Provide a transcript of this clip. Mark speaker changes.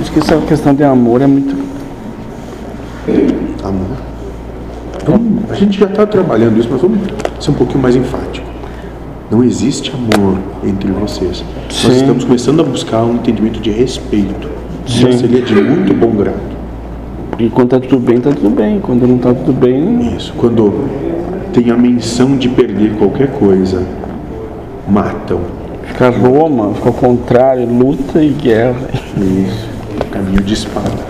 Speaker 1: acho que essa questão de amor é muito.
Speaker 2: Amor. Então, Tá a gente já está trabalhando isso, mas vamos ser um pouquinho mais enfático. Não existe amor entre vocês.
Speaker 1: Sim.
Speaker 2: Nós estamos começando a buscar um entendimento de respeito. Já
Speaker 1: Sim.
Speaker 2: seria de muito bom grado.
Speaker 1: Porque quando tá tudo bem, tá tudo bem. Quando não tá tudo bem.
Speaker 2: Isso. Quando tem a menção de perder qualquer coisa, matam.
Speaker 1: Fica Roma, fica ao contrário, luta e guerra.
Speaker 2: Isso. Caminho de espada.